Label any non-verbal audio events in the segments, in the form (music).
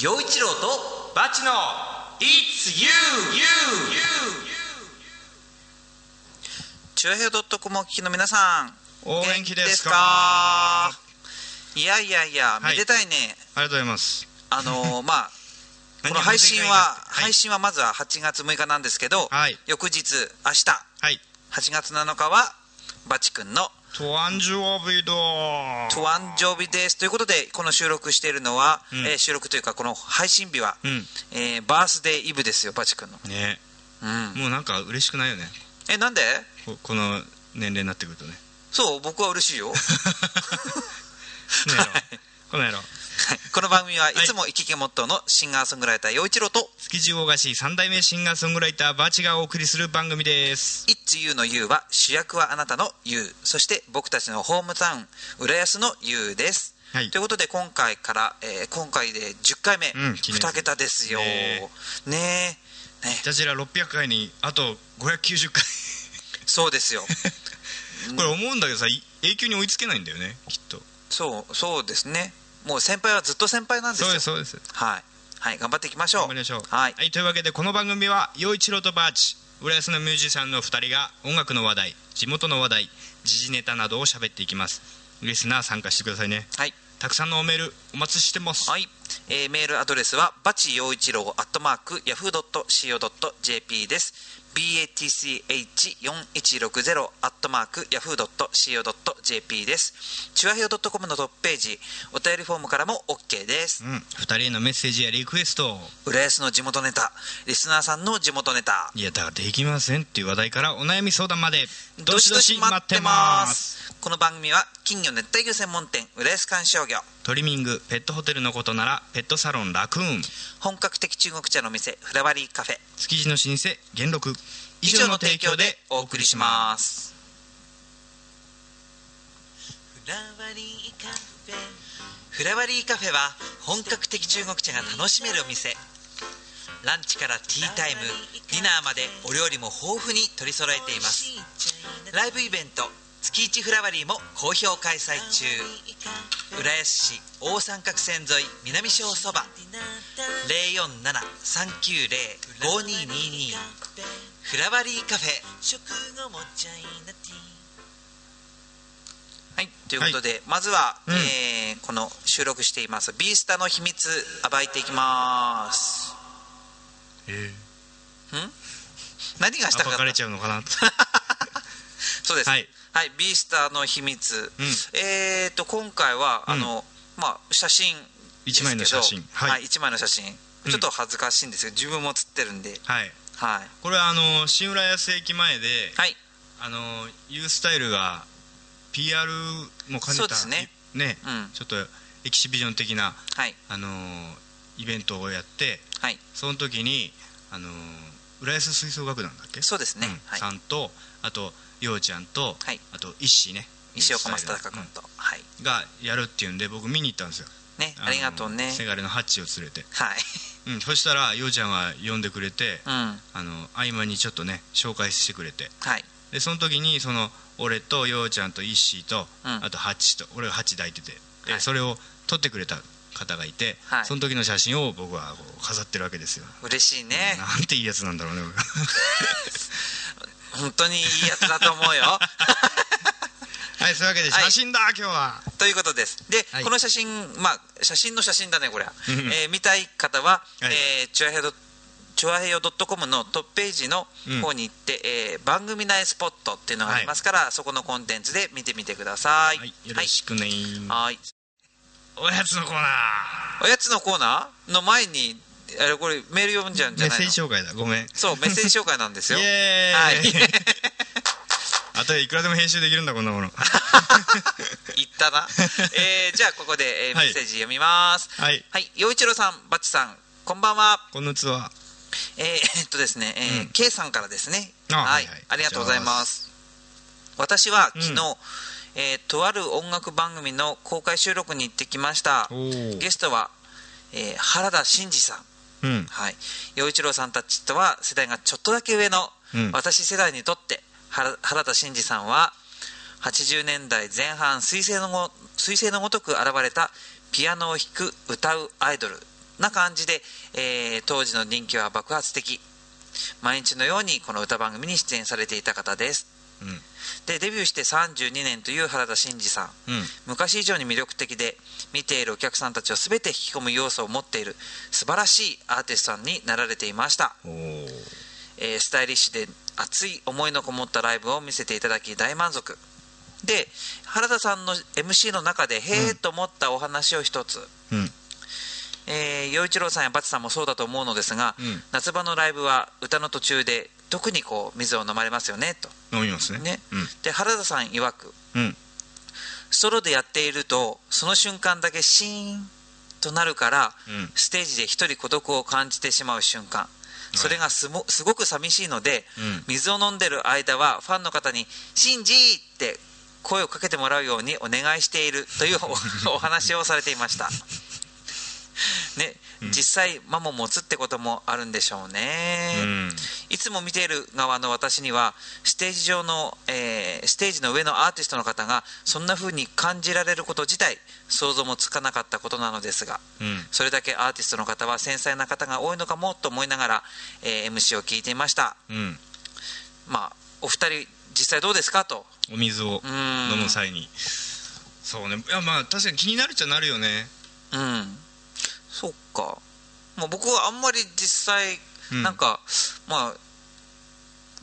陽一郎とバチの It's you! you! you! チュアヘドットコムお聞きの皆さんお元気で元気ですすかかいやいやいや、はいめでたいねありがとうございますあ (laughs) のーまあこ何の配信は、は配い、信はまずは8月6日なんですけど、はい翌日明日はい、 8月7日はバチ君のトワンジュオビド「トワンジョビです」ということでこの収録しているのは、うんえー収録というかこの配信日は、うんえーバースデーイブですよバチ君の、ねうん、もうなんか嬉しくないよねえなんでここの年齢になってく (laughs) るとねねそう僕は嬉しいよ (laughs) えはろいこの野郎はいこの番組はいつも生き毛モットーのシンガーソングライター陽一郎と築地大菓子三代目シンガーソングライターバチがお送りする番組です「It's You」の「You」は主役はあなたの「You」そして僕たちのホームタウン浦安の「You」です、はいということで今回から、えー今回で10回目、ん記念する2桁ですよねねえねえじゃあこちら600回にあと590回そうです (laughs) よこれ思うんだけどさい永久に追いつけないんだよねきっとそうそうですねもう先輩はずっと先輩なんですそうよですそうですはい、はい、頑張っていきましょう頑張りましょうはい、というわけでこの番組は陽一郎とバーチ浦安のミュージシャンの2人が音楽の話題地元の話題時事ネタなどを喋っていきますリスナー参加してくださいねはいたくさんのおメールお待ちしてますはい、えーメールアドレスはバチ陽一郎アットマークヤフー .co.jp です BATCH4160 アットマークヤフー .co.jp ですチュアヘオ .com のトップページお便りフォームからも OK ですうん、2人へのメッセージやリクエスト浦安の地元ネタリスナーさんの地元ネタいやだからできませんっていう話題からお悩み相談までどどししどどしし待待っっててまますすこの番組は金魚熱帯魚専門店浦安観賞魚トリミングペットホテルのことならペットサロンラクーン本格的中国茶の店フラワリーカフェ築地の老舗元禄以上の提供でお送りしますフラワリーカフェフラワリーカフェは本格的中国茶が楽しめるお店ランチからティータイムディナーまでお料理も豊富に取り揃えていますライブイベント月一フラワリーも好評開催中浦安市大三角線沿い南小そば0473905222フラワリーカフェ食後もチャイナティーはい、ということで、まずは、うんえーこの収録しています「ビースタの秘密」暴いていきますえ何がしたー、か暴っかれたちゃうのかな (laughs) そうですははいい、ビースタの秘密」うんえっ、と今回はうんあの、まあ写真ですけど一枚の写真は、はいい一枚の写真うんちょっと恥ずかしいんですけど、自分も写ってるんではいはいこれはあの新浦安駅前で、はいあのユースタイルが PR も兼ねたそうですねねうんちょっとエキシビジョン的な、はいあのイベントをやってはいその時に、あの浦安吹奏楽団だっけそうですね、うんはいさんとあとようちゃんと、はいあと石井ね石岡正隆う君んと、はいがやるっていうんで僕見に行ったんですよねのありがとうねせがれのハッチを連れて、はいうん、そしたらようちゃんは呼んでくれて、うんあの合間にちょっとね紹介してくれてはいでその時にその俺とようちゃんとイッシーと、うんあとハッチと俺がハッチ抱いてて、ではいそれを撮ってくれた方がいて、はいその時の写真を僕はこう飾ってるわけですよ、嬉しいね、なんていいやつなんだろうね俺本当にいいやつだと思う (laughs) よはいそういうわけではい写真だ、今日はということですで、はいこの写真まあ写真の写真だねこれは、うんうんえー見たい方は、はいえーチュアヘヨチュアヘヨ .com のトップページの方に行って、えー番組内スポットっていうのがありますから、そこのコンテンツで見てみてくださいはい、よろしくね、はいはいおやつのコーナおやつのコーナーの前にあれこれメール読んじゃうんーじゃメッないセのージ紹介だごめんそうメッセージ紹介なんですよ (laughs) イエはい (laughs) ーイ、あとでいくらでも編集できるんだこんなもの言ったな、えーじゃあここで、えーメはいッセージ読みますはいはい陽一郎さんバッチさんこんばんはこのツアーえーえっとですね、えーうん K さんからですねあはい、はいはいありがとうございます私は昨日、うんえーとある音楽番組の公開収録に行ってきましたおーゲストは、えー原田真二さんうんはい陽一郎さんたちとは世代がちょっとだけ上の、うん私世代にとって原原田真二さんは80年代前半彗星のご彗星のごとく現れたピアノを弾く歌うアイドルな感じで、えー当時の人気は爆発的毎日のようにこの歌番組に出演されていた方ですうんでデビューして32年という原田真二さんうん昔以上に魅力的で見ているお客さんたちを全て引き込む要素を持っている素晴らしいアーティストさんになられていました、おーえースタイリッシュで熱い思いのこもったライブを見せていただき大満足で原田さんの MC の中でへえと思ったお話を一つ、うんえー、陽一郎さんやバツさんもそうだと思うのですが、うん夏場のライブは歌の途中で特にこう水を飲まれますよねと飲みますねね、で原田さん曰くうんうんソロでやっているとその瞬間だけシーンとなるから、うんステージで一人孤独を感じてしまう瞬間それがすもすごく寂しいので、うん水を飲んでる間はファンの方に「シンジー!」って声をかけてもらうようにお願いしているというお (laughs) お話をされていま (laughs) した。ね、実際マモ持つってこともあるんでしょうね。うんいつも見ている側の私にはステージ上の、えーステージの上のアーティストの方がそんな風に感じられること自体想像もつかなかったことなのですがうんそれだけアーティストの方は繊細な方が多いのかもと思いながら、えー MC を聞いていましたうんまあお二人実際どうですかとお水をうん飲む際にそうねいやまあ確かに気になるっちゃなるよねうんそっか、まあ、僕はあんまり実際うんなんか、まあ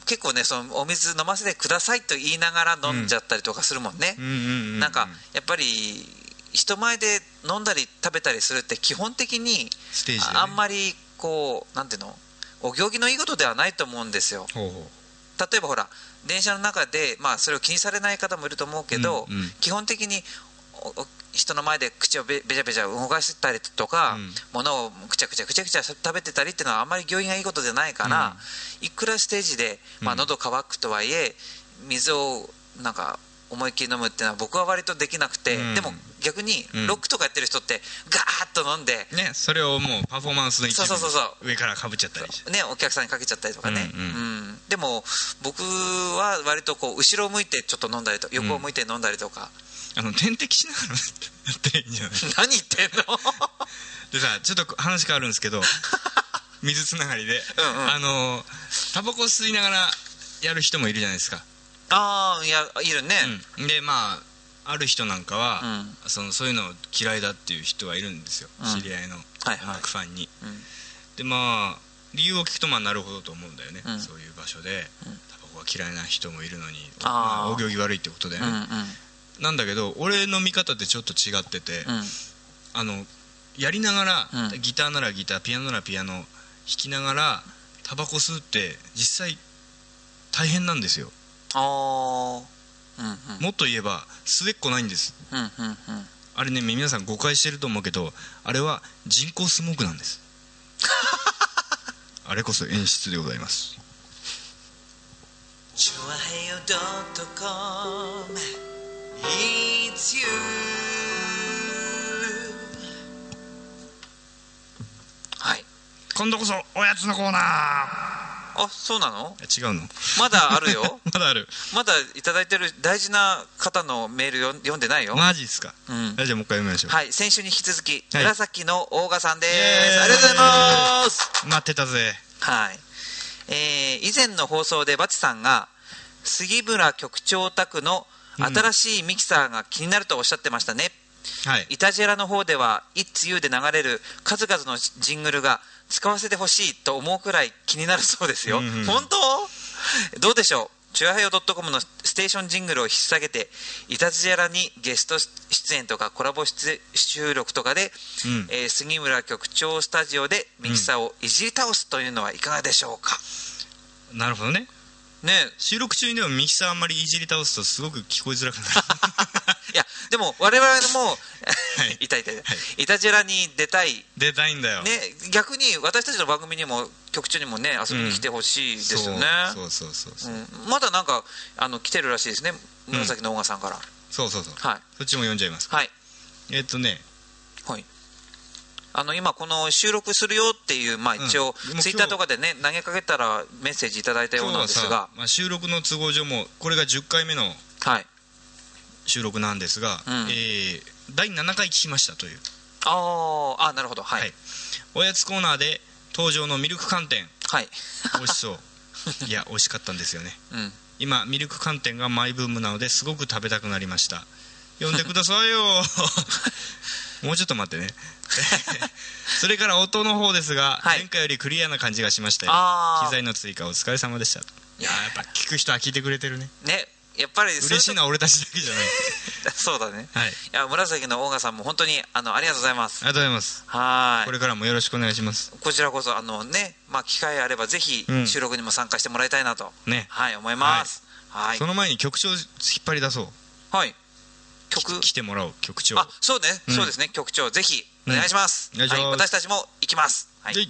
結構ねそのお水飲ませてくださいと言いながら飲んじゃったりとかするもんね、うんうんうんうんなんかやっぱり人前で飲んだり食べたりするって基本的にステージでねああんまりこうなんていうのお行儀のいいことではないと思うんですよほうほ例えばほら電車の中でまあそれを気にされない方もいると思うけど、うんうん基本的におお人の前で口をべべちゃべちゃ動かしてたりとか、うん物をくちゃくちゃくちゃくちゃ食べてたりっていうのはあんまり行儀がいいことじゃないから、いくらステージで、まあ、うん喉乾くとはいえ水をなんか思いっきり飲むっていうのは僕は割とできなくて、うんでも逆にうんロックとかやってる人ってガーッと飲んで、うねそれをもうパフォーマンスの一部にそうそうそうそ上からかぶっちゃったりしてね、お客さんにかけちゃったりとかね、うんううんでも僕は割とこう後ろを向いてちょっと飲んだりと横を向いて飲んだりとか、 (laughs) あの点滴しながらやったらいいんじゃない何言ってんの (laughs) でさちょっと話変わるんですけど水つながりでうんうんあのタバコ吸いながらやる人もいるじゃないですか、ああいやいるね、うんでまあある人なんかは、うんそのそういうの嫌いだっていう人はいるんですよ、うん知り合いのはい音はい楽ファンに、うんでまあ理由を聞くとまあなるほどと思うんだよね、うんそういう場所でうんタバコが嫌いな人もいるのに、あーまあ、お行儀悪いってことだようんね、なんだけど俺の見方ってちょっと違ってて、うんうんあのやりながら、うんギターならギターピアノならピアノ弾きながらタバコ吸うって実際大変なんですよああうんうんもっと言えば末っ子ないんですうんうんうんあれね皆さん誤解してると思うけどあれは人工スモークなんです (laughs) あれこそ演出でございますチョアヘヨドットコム It's you はい今度こそおやつのコーナあそうなのー違うのまだあるよ (laughs) まだあるまだいただいてる大事な方のメールよ読んでないよ、マジっすか、うんはいじゃあもう一回読みましょう、はい先週に引き続き、はい紫のオーガさんでイエーすイありがとうございます待ってたぜはい。えー以前の放送でバチさんが杉村局長宅の新しいミキサーが気になるとおっしゃってましたね。はいイタジェラの方では「It's You」で流れる数々のジングルが使わせてほしいと思うくらい気になるそうですよ、うんうん本当どうでしょうチュアヘヨ .com のステーションジングルを引っ提げてイタジェラにゲスト出演とかコラボ出収録とかで、うんえー杉村局長スタジオでミキサーをいじり倒すというのはいかがでしょうか、なるほどねねえ収録中にでもミキサーあんまりいじり倒すとすごく聞こえづらくな (laughs) るいやでも我々も、 (laughs) いいたいたいた、はイタジェラに出たい出たいんだよ、ね、逆に私たちの番組にも局長にもね遊びに来てほしいでそうすよね、そうそうそうそう、うんまだなんかあの来てるらしいですね紫のオーガさんから、そうそうそうはいそっちも読んじゃいますはいえっとねはいあの今この収録するよっていうまあ一応、うんでも今日ツイッターとかでね投げかけたらメッセージいただいたよ今う日なんはですさが、まあ、収録の都合上もうこれが10回目のはい収録なんですが、うんえー第7回聞きましたというあーあなるほどはいはいおやつコーナーで登場のミルク (laughs) 寒天はい、美味しそういや美味しかったんですよねうん、今ミルク寒天がマイブームなのですごく食べたくなりました呼んでくださいよ (laughs) もうちょっと待ってね (laughs) それから音の方ですが、はい前回よりクリアな感じがしましたよあー機材の追加お疲れ様でしたいやーやっぱ聞く人は聞いてくれてるねねやっぱりそう嬉しいなのは俺たちだけじ (laughs) ゃないそうだねはいいや紫のオーガさんも本当にあのありがとうございますありがとうございますはーこいれからもよろしくお願いしますこちらこそあのねまあ機会あればぜひうん収録にも参加してもらいたいなと、ねはい思いますはいその前に曲調引っ張り出そうはい曲き来てもらおう曲調あそうね、うんそうですね局長ぜひお願いします,、うんお願いしますはい、私たちも行きます、はい、で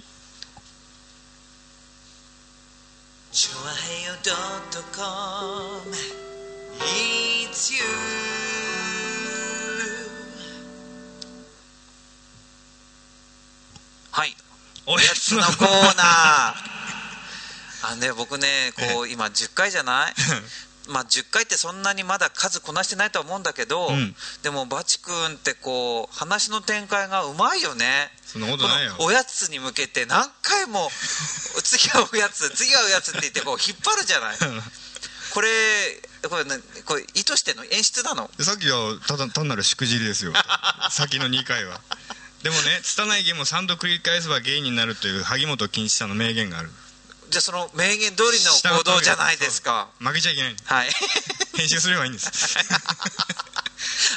チョアヘヨドットコム It's you はい、おやつののココーーナナーー (laughs) あね僕ねこう今10回じゃ (laughs) ないまあ10回ってそんなにまだ数こなしてないとは思うんだけど、うんでもバチ君ってこう話の展開がうまいよねそんなことないよこのおやつに向けて何回も (laughs) 次はおやつ次はおやつって言ってこう引っ張るじゃないこれこれ,、ね、これ意図してんの演出なの (laughs) さっきはただ単なるしくじりですよ (laughs) 先の2回はでもね拙い芸も3度繰り返せば芸になるという萩本欽一さんの名言があるじゃあその名言通りの行動じゃないですか負けちゃいけないはい (laughs) 編集すればいいんです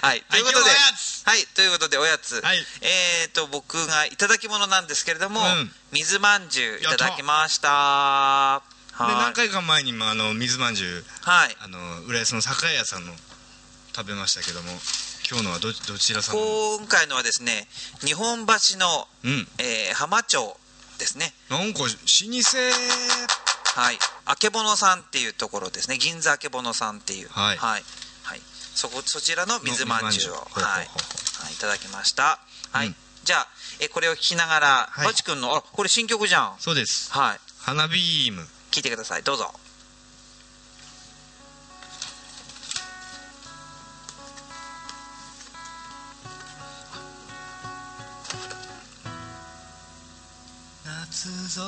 はい、という (laughs) ことで、今日のおやつはい、ということでおやつ、はいえっ、と僕がいただき物なんですけれども、うん水まんじゅういただきました。はで何い、回か前にもあの水まんじゅうはい、あの浦安の酒屋さんの食べましたけども今日のはどどちらさんの今回のはですね、日本橋の、うんえー浜町ですね。なんか老舗はい、あけぼのさんっていうところですね、銀座あけぼのさんっていう、はいはい、はいそこそちらの水まんじゅうを、の水まんじゅうはい、ほうほうはい、いただきました。はい、うんじゃあ、えこれを聞きながら、はいバチ君の、あ、これ新曲じゃん。そうですはい。花ビーム聞いてくださいどうぞ夏空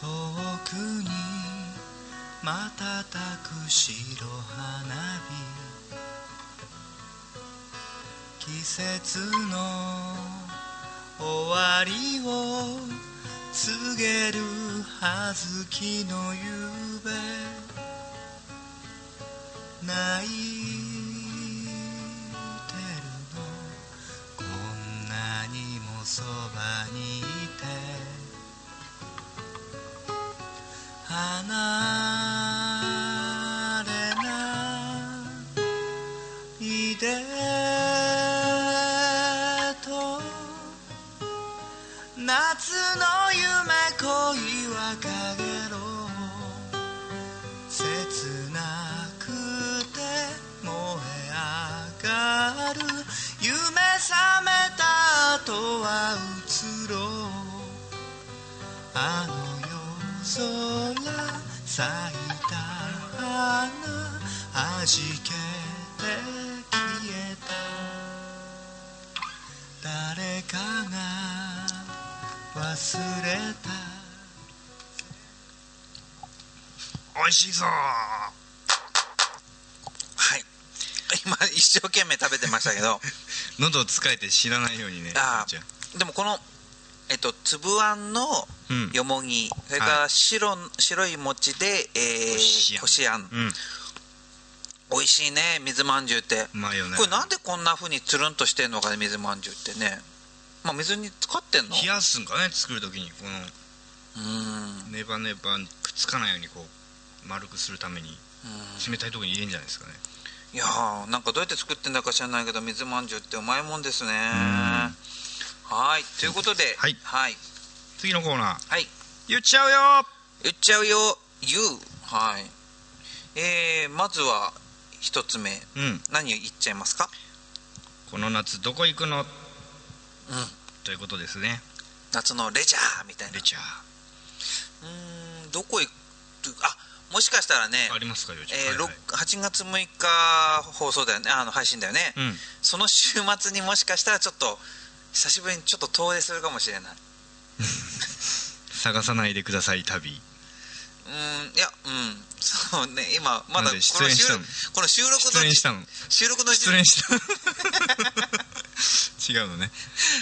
遠くに瞬く白花火季節の終わりを告げる葉月の夕べ泣いてるのこんなにもそばにいて離れないでと夏の夢恋はかげろう切なくて燃え上がる夢覚めた後はうつろうあの夜空咲いた花はじけて消えた誰かが忘れた美味しいぞはい (laughs) 今一生懸命食べてましたけ (laughs) ど喉をつかえて知らないようにねあーじゃあでもこのえっと粒あんのうんよもぎ、それから白,、白い餅で、えー、こしあんこしあんうん美味しいね水まんじゅうってうまいよねこれなんでこんなふうにつるんとしてんのかね水まんじゅうってねまあ水に浸かってんの冷やすんかね作る時にこうーんのネバネバくっつかないようにこう丸くするために冷たいとこに入れるんじゃないですかねいやーなんかどうやって作ってんだか知らないけど水まんじゅうってうまいもんですねはいということではいはい、次のコーナーはい言っちゃうよ言っちゃうよ YOU はいえー、まずは一つ目うん何を言っちゃいますかこの夏どこ行くの、ということですね夏のレジャーみたいなレチャーうーんどこ行くあもしかしたらね、ありますかよじえーはいはいろく8月6日放送だよねあの配信だよね、うんその週末にもしかしたらちょっと久しぶりにちょっと遠出するかもしれない (laughs) 探さないでください旅うーんいやうんそうね今まだなこのんで収出演したの録この収録の失 (laughs) 恋したの収録の時失恋した (laughs) 違うのね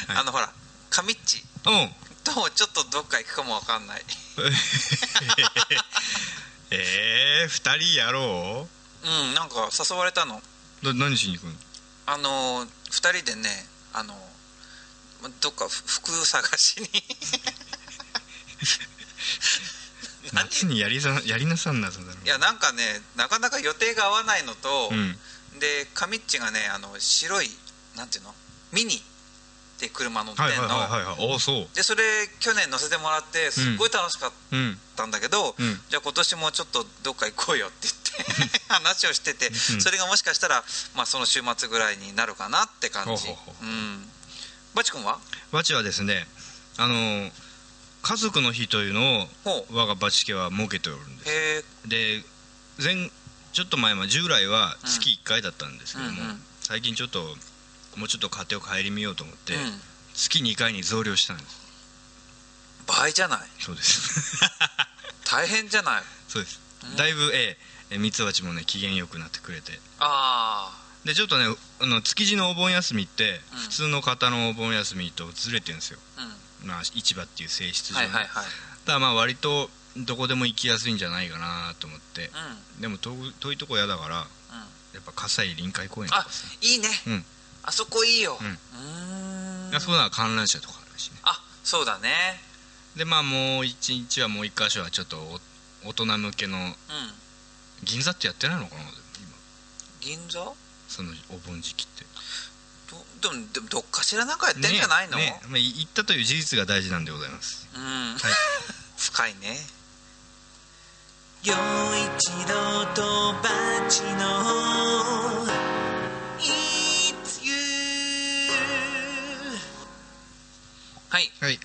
はいあのほら上っちうんともちょっとどっか行くかもわかんない (laughs) えー、二人やろうんなんか誘われたのうだ何しに行くのあのー二人でねあのーまどっかふ服探し (laughs) に何夏にやりさやりなさんなさんだろういやなんかねなかなか予定が合わないのと、うんでカミッチがねあの白いなんていうのミニって車乗ってんはいはいの、はいはいはいおおそうでそれ去年乗せてもらってすっごい楽しかっうんたんだけど、うんじゃあ今年もちょっとどっか行こうよって言って (laughs) 話をしてて、んそれがもしかしたら、まあ、その週末ぐらいになるかなって感じほうほうほうんバチ君はバチはですねあのー家族の日というのをほう我がバチ家は設けておるんですへえで前ちょっと前は従来は月1回だったんですけども、うんうん最近ちょっともうちょっと家庭を顧みようと思って、うん月2回に増量したんです倍じゃないそうです大変じゃないそうです、うんだいぶええミツバチもね機嫌よくなってくれてあでちょっとねあの築地のお盆休みってうん普通の方のお盆休みとずれてるんですよ、あうんまあ、市場っていう性質上はね、いはいはいだからまあ割とどこでも行きやすいんじゃないかなと思ってうんでも遠遠いとこ嫌だかうんらやっぱ葛西臨海公園とあかさいいね、うんあそこいいようんうーんあそこなら観覧車とかあるしねあそうだねでまあもう一日はもう一箇所はちょっとお大人向けのうん銀座ってやってないのかな今銀座そのお盆時期ってどでもでもどっかしらなんかやってんじゃないの、ねねまあ、行ったという事実が大事なんでございますうん、 (laughs) 深いねよ一度とばちの It's you はいはい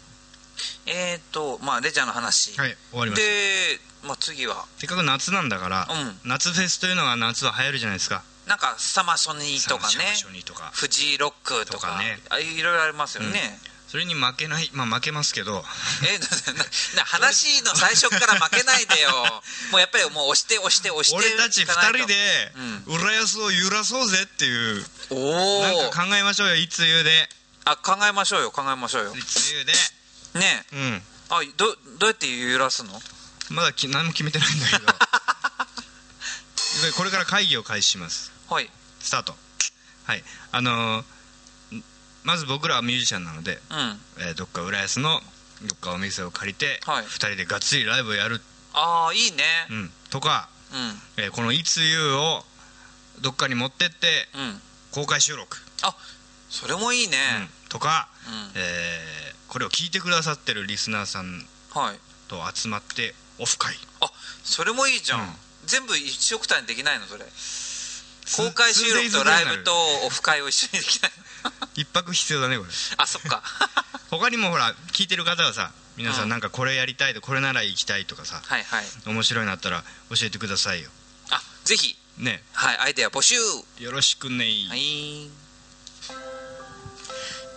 えっ、ー、とまあレジャーの話、はい終わりまでした、まあ、次はせっかく夏なんだから、う夏フェスというのが夏は流行るじゃないですかなんかサマソニーとかねシャバショニとかフジロックとかとかねあいろいろありますよね、うんそれに負けないまあ負けますけどえななな話の最初から負けない (laughs) でよもうやっぱりもう押して押して押して俺たちいかないと二人で浦安を揺らそうぜっていう、おなおんか考えましょうよいつゆであ考えましょうよ考えましょうよいつゆでねえうんあどどうやって揺らすのまだき何も決めてないんだけど (laughs) でこれから会議を開始しますはいスタートはいあのーんまず僕らはミュージシャンなので、うんあえーどっか浦安のどっかお店を借りて、はい2人でがっつりライブをやる、あーいいねうん、とか、うんえーこの「いつゆ」をどっかに持ってってうん公開収録、あそれもいいねうんとか、うん、えーこれを聞いてくださってるリスナーさんはいと集まってオフ会あそれもいいじゃん、うん全部一緒くたにできないのそれ公開収録とライブとオフ会を一緒にできない1泊必要だねこれあそっ (laughs) か他にもほら聞いてる方はさ皆さうんんなんかこれやりたいとこれなら行きたいとかさはいはい面白いのあったら教えてくださいよあぜひねはいアイデア募集よろしくねはい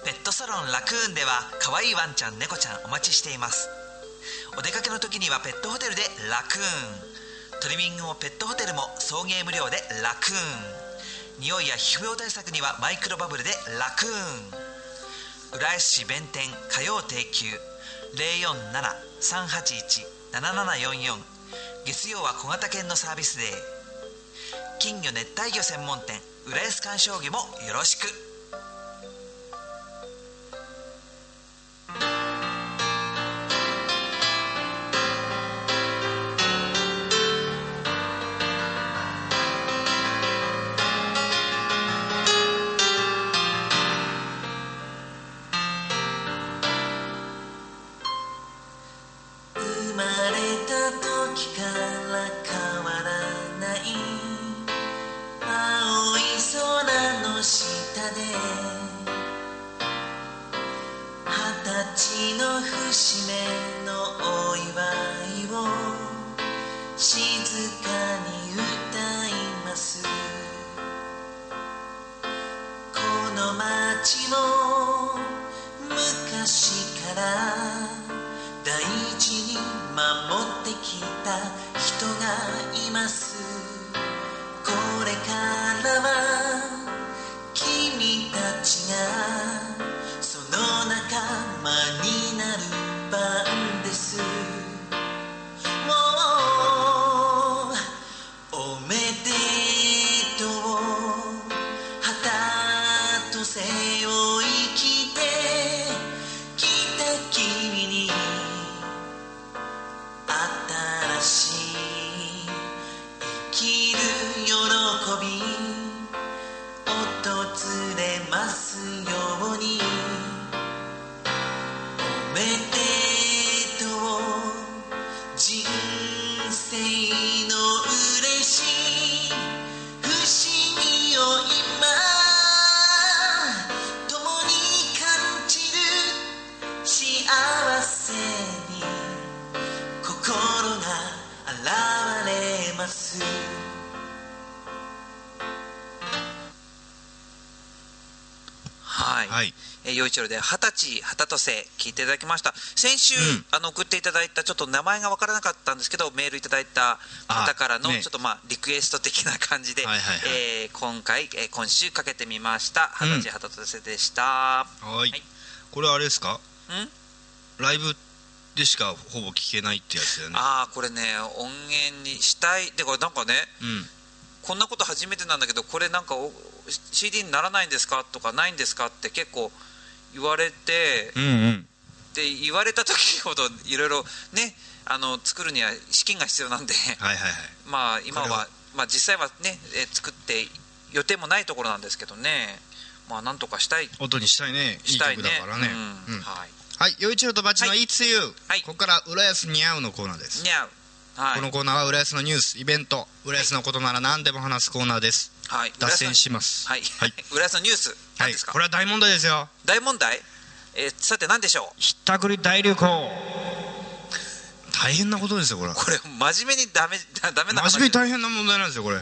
ペットサロンラクーンでは可愛いワンちゃん猫ちゃんお待ちしていますお出かけの時にはペットホテルでラクーントリミングもペットホテルも送迎無料でラクーン匂いや皮膚病対策にはマイクロバブルでラクーン浦安市弁天火曜定休047-381-7744月曜は小型犬のサービスデー金魚熱帯魚専門店浦安鑑賞魚もよろしく生まれた時から変わらない青い空の下で二十歳の節目のお祝いをし静かに歌いますこの街を昔から大事に守ってきた人がいますこれからは君たちがその仲間になる番ですもうおめでとう旗と背を生きてきた君に新しい生きる喜び訪れますようにおめでとう人生の嬉しい不思議を今共に感じる幸せに心が現れますはい、はいえー、陽一郎で二十歳旗とせ聞いていただきました先週、うんあの送っていただいたちょっと名前が分からなかったんですけどメールいただいた方からの、あねちょっとまあリクエスト的な感じで、はいはいはいえー今回、えー今週かけてみましたうん二十歳旗とせでした、はいはいこれはあれですかんライブでしかほぼ聴けないってやつだよねああこれね音源にしたいでこれなんかねうんこんなこと初めてなんだけどこれなんかお CD にならないんですかとかないんですかって結構言われてうんうんで言われた時ほどいろいろねあの作るには資金が必要なんではいはいはいまあ今はこれはまあ、実際はね、えー作って予定もないところなんですけどねまあなんとかしたい音にしたいねいいしたい曲ねだからねうんうんはいはい陽一郎とバチの「はい It's You はい」ここから「浦安に合う」のコーナーですにゃうはいこのコーナーは浦安のニュースイベント浦安のことなら何でも話すコーナーですはい脱線しますはい、はい浦安のニュースは (laughs) 何いですか、これは大問題ですよ大問題、えーさて何でしょうひったくり大流行大変なことですよこれこれ真面目にダメだダメな真面目に大変な問題なんですよこれ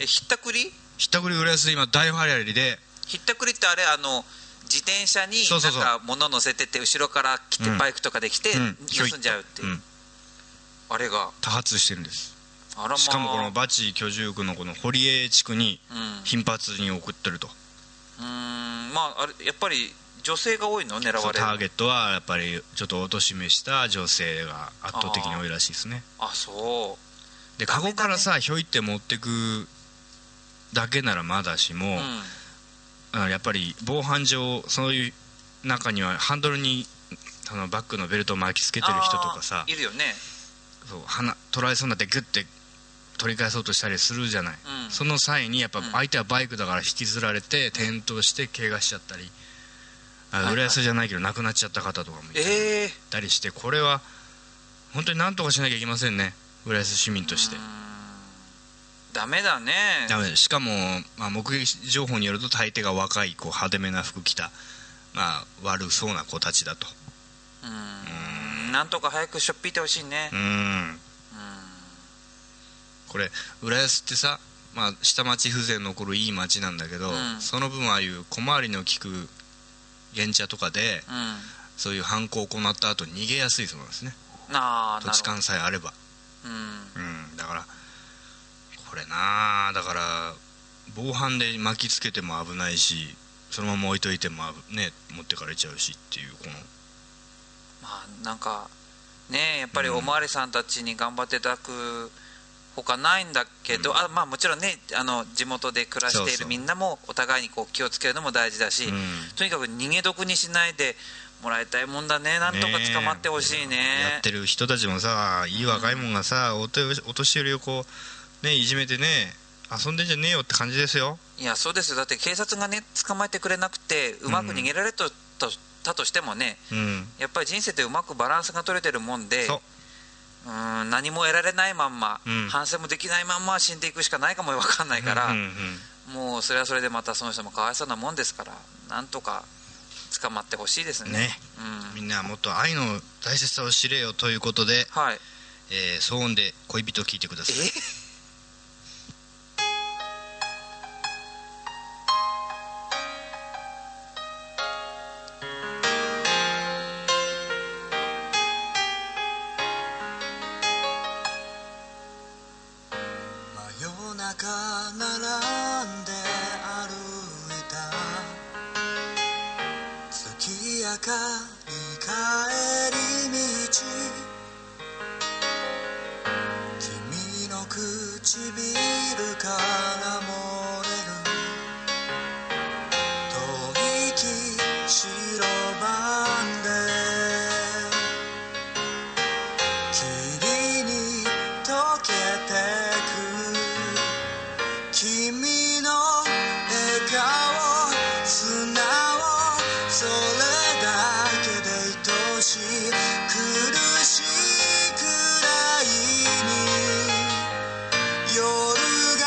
えひったくりひったくり浦安で今大流行りでひったくりってあれあの自転車にそなうんそうそうか物乗せてて後ろから来てうんバイクとかで来てうん盗んじゃうっていう、うんあれが多発してるんですあらまあしかもこのバチ居住区のこの堀江地区にうんう頻発に送ってるとーんまああれやっぱり女性が多いの狙そわうれターゲるットはやっぱりちょっとおとしめした女性が圧倒的に多いらしいですねあそでカゴからさひょいって持ってくだけならまだしもう、う、ん、あやっぱり防犯上そういう中にはハンドルにあのバッグのベルトを巻きつけてる人とかさあーいるよねそう鼻捉えそうになってグッて取り返そうとしたりするじゃない、うんその際にやっぱうん相手はバイクだから引きずられて転倒して怪我しちゃったり、あはい浦安じゃないけど亡くなっちゃった方とかもいええたりしてこれは本当に何とかしなきゃいけませんね浦安市民としてうーん。ダメだねダメですしかも、まあ、目撃情報によると大抵が若いこう派手めな服着た、まあ、悪そうな子たちだとうーんなんとか早くしょっぴいてほしいねうーんこれ浦安ってさ、まあ、下町風情残るいい町なんだけど、うんその分ああいう小回りの利く現茶とかでうん、うん、そういう犯行を行った後逃げやすいそうなんですねああ土なる地ほど勘さえあればうんうんだからこれなあだから防犯で巻きつけても危ないしそのまま置いといても危ね持ってかれちゃうしっていうこのまあなんかねやっぱりおまわりさんたちに頑張っていただくほかないんだけど、うんあまあもちろんねあの地元で暮らしてそういそるうみんなもお互いにこう気をつけるのも大事だし、うんとにかく逃げ得にしないでもらいたいもんだねなんとか捕まってほしいねやってる人たちもさいい若いもんがさ、おとお年寄りをこうねいじめてね遊んでんじゃねえよって感じですよいやそうですよだって警察がね捕まえてくれなくてうまく逃げられと、とたとしてもねうんやっぱり人生ってうまくバランスが取れてるもんでそううーん何も得られないまんま、うん反省もできないまんま死んでいくしかないかも分かんないから、うんうんうんもうそれはそれでまたその人もかわいそうなもんですからなんとか捕まってほしいですねねうんみんなもっと愛の大切さを知れよということではいえー騒音で恋人を聞いてください真夜中並んで歩いた月明かり帰り道君の唇から漏れる吐息白番で霧に溶けてく君の笑顔素直それだけで愛しい苦しいくらいに夜が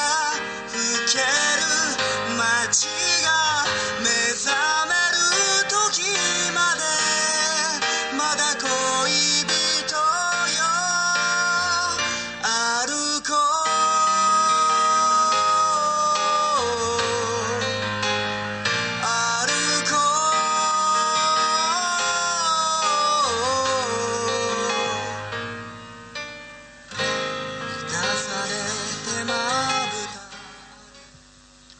更ける街が目覚める時までまだ恋人よ歩こう歩こう満たされてまぶ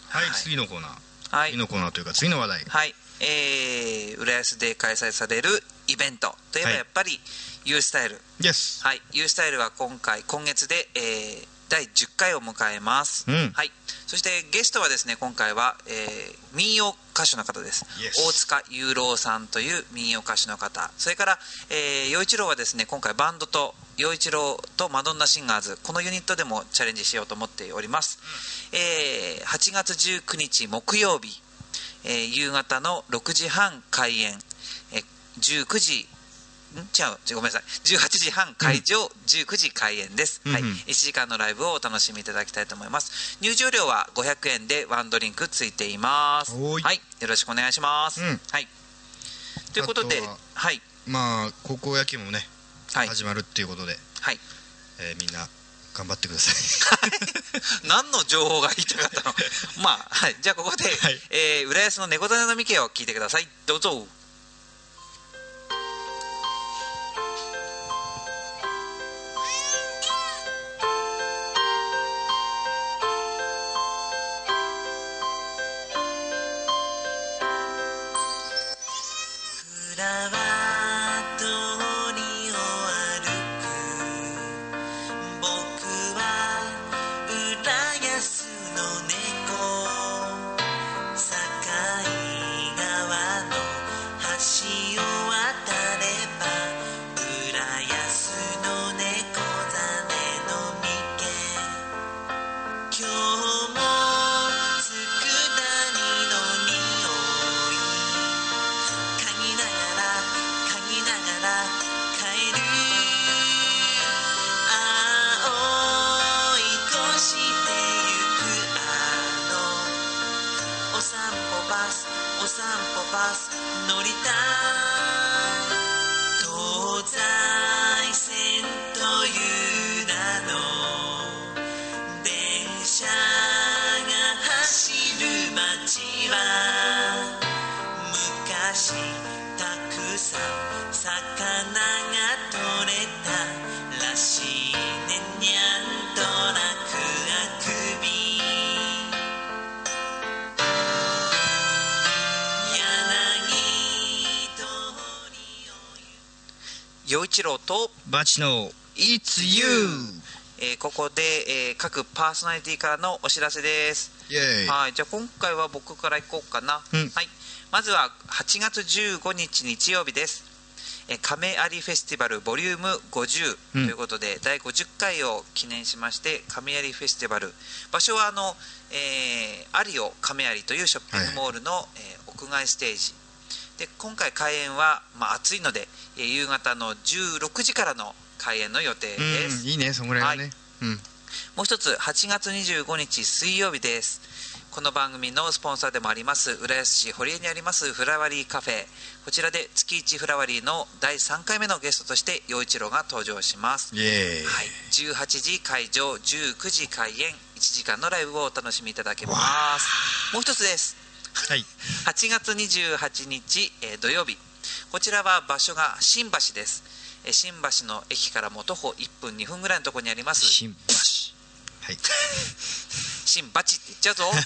はい、次のコーナー、は次のコーナーというか次の話題はい、えー、浦安で開催されるイベントといえばはいやっぱり U スタイル Yes はい U スタイルは今回今月で、えー第10回を迎えます、うんはい、そしてゲストはですね今回は、えー民謡歌手の方です、 Yes 大塚雄郎さんという民謡歌手の方それから、えー、陽一郎はですね今回バンドと陽一郎とマドンナシンガーズこのユニットでもチャレンジしようと思っております、えー8月19日木曜日、えー夕方の6時半開演、えー19時ん違うごめんなさい18時半会場、19時開演です、はい、うんうん1時間のライブをお楽しみいただきたいと思います入場料は500円でワンドリンクついていますおーいはいよろしくお願いします、うんはいということであとははいまあ高校野球もね、はい始まるっていうことで、はい (laughs) えーみんな頑張ってください何の情報が言いたかっ (laughs) たのまあ、はい、じゃあここで、はいえー浦安の猫種のみけを聞いてくださいどうぞフラワー通りを歩く僕は浦安の猫境川の橋を渡れば浦安の猫種のみけ今日も佃煮の匂い嗅ぎながら嗅ぎながら帰る青い恋してゆくあのお散歩バスお散歩バス乗りたい東西線という名の電車が走る街は昔たくさん魚が取れたらしいねにゃんとなくあくび柳通りを陽一郎とバチの It's You えーここで、えー各パーソナリティからのお知らせです、イエーイはいじゃあ今回は僕からいこうかな、うんはい、まずは8月15日日曜日ですえー亀有フェスティバルボリューム50とうんいうことで、第50回を記念しまして亀有フェスティバル場所はあの、えーアリオ亀有というショッピングモールの、えー屋外ステージで今回開演は、まあ、暑いので、えー夕方の16時からの開演の予定です、うんいいねそんぐらいはね、はうんもう一つ8月25日水曜日ですこの番組のスポンサーでもあります浦安市堀江にありますフラワリーカフェここちらで月一フラワリーの第3回目のゲストとして陽一郎が登場します、イエーイ、はい、18時会場19時開演1時間のライブをお楽しみいただけまわすもう一つですはい8月28日、えー土曜日こちらは場所が新橋です、えー新橋の駅からも徒歩1分2分ぐらいのところにあります新橋はい新橋って言っちゃうぞ、はい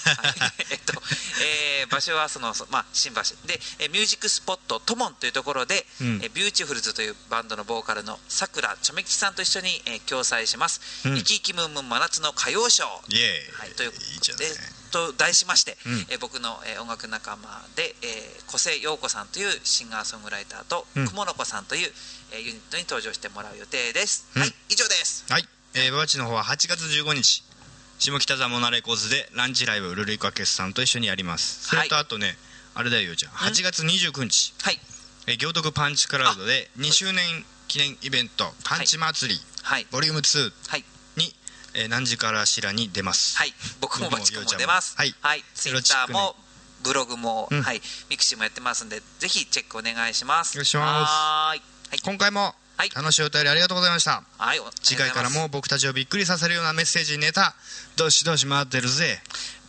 (laughs) えっとえー場所はその、そまあ、新橋で、えーミュージックスポットトモンというところで、うんえービューティフルズというバンドのボーカルのさくらちょめきちさんと一緒に、えー共催します「うん生き生きムンムン真夏の歌謡ショー」イエーイ、はい、ということいいじゃなでいと題しまして、うんえー僕の、えー音楽仲間で、えー、小瀬陽子さんというシンガーソングライターと、うんくものこさんという、えーユニットに登場してもらう予定です、うんはい以上ですはい、えー、ババチの方は8月15日下北沢モナレコーズでランチライブルルイカケスさんと一緒にやりますそれとはあとね、あれだよようちゃん8月29日、はいえー、行徳パンチクラウドで2周年記念イベント「パンチ祭り、はいボリューム2はいに、えー、何時からしらに出ますはい、僕も僕もバチコンようもちゃんも出ます。はいツイよろッしくねターもブログも、うんはい、ミクシーもやってますんで、ぜひチェックお願いします。お願いしますはーい、はい、今回もはい楽しいお便りありがとうございましたはい、お願いします次回からも僕たちをびっくりさせるようなメッセージネタどしどし待ってるぜ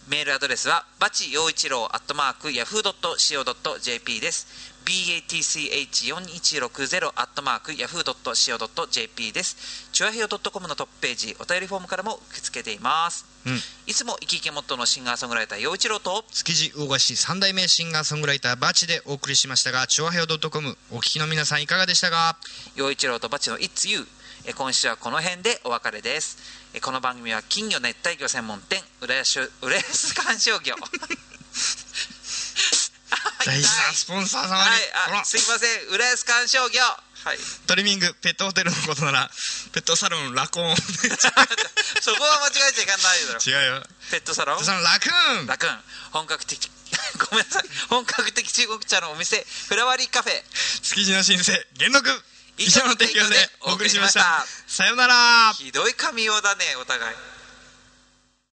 メールアドレスはバチ陽一郎アットマークヤフードット CO ドット JP です。BATCH 四一六ゼロアットマークヤフードット CO ドット JP です。チュアヘヨドットコムのトップページお便りフォームからも受け付けています。うんいつも生き生きモットーのシンガーソングライター陽一郎と築地大菓子三代目シンガーソングライターバチでお送りしましたがチョアヘオ .com お聞きの皆さんいかがでしたか陽一郎とバチの「It's You」え今週はこの辺でお別れですえこの番組は金魚熱帯魚専門店浦安浦安観賞魚 (laughs) 大事なスポンサー様に、こはいのあすいません浦安観賞魚はい (laughs) トリミングペットホテルのことならペットサロンラコー (laughs) ン違そこは間違えちゃいかんないだろうよペットサロンペットサロンラクーンラクーン本格的ごめんなさい本格的中国茶のお店フラワリーカフェ築地の新生元禄以上の提供でお送りしました以上の提供でお送りしまさようならひどい神用だねお互い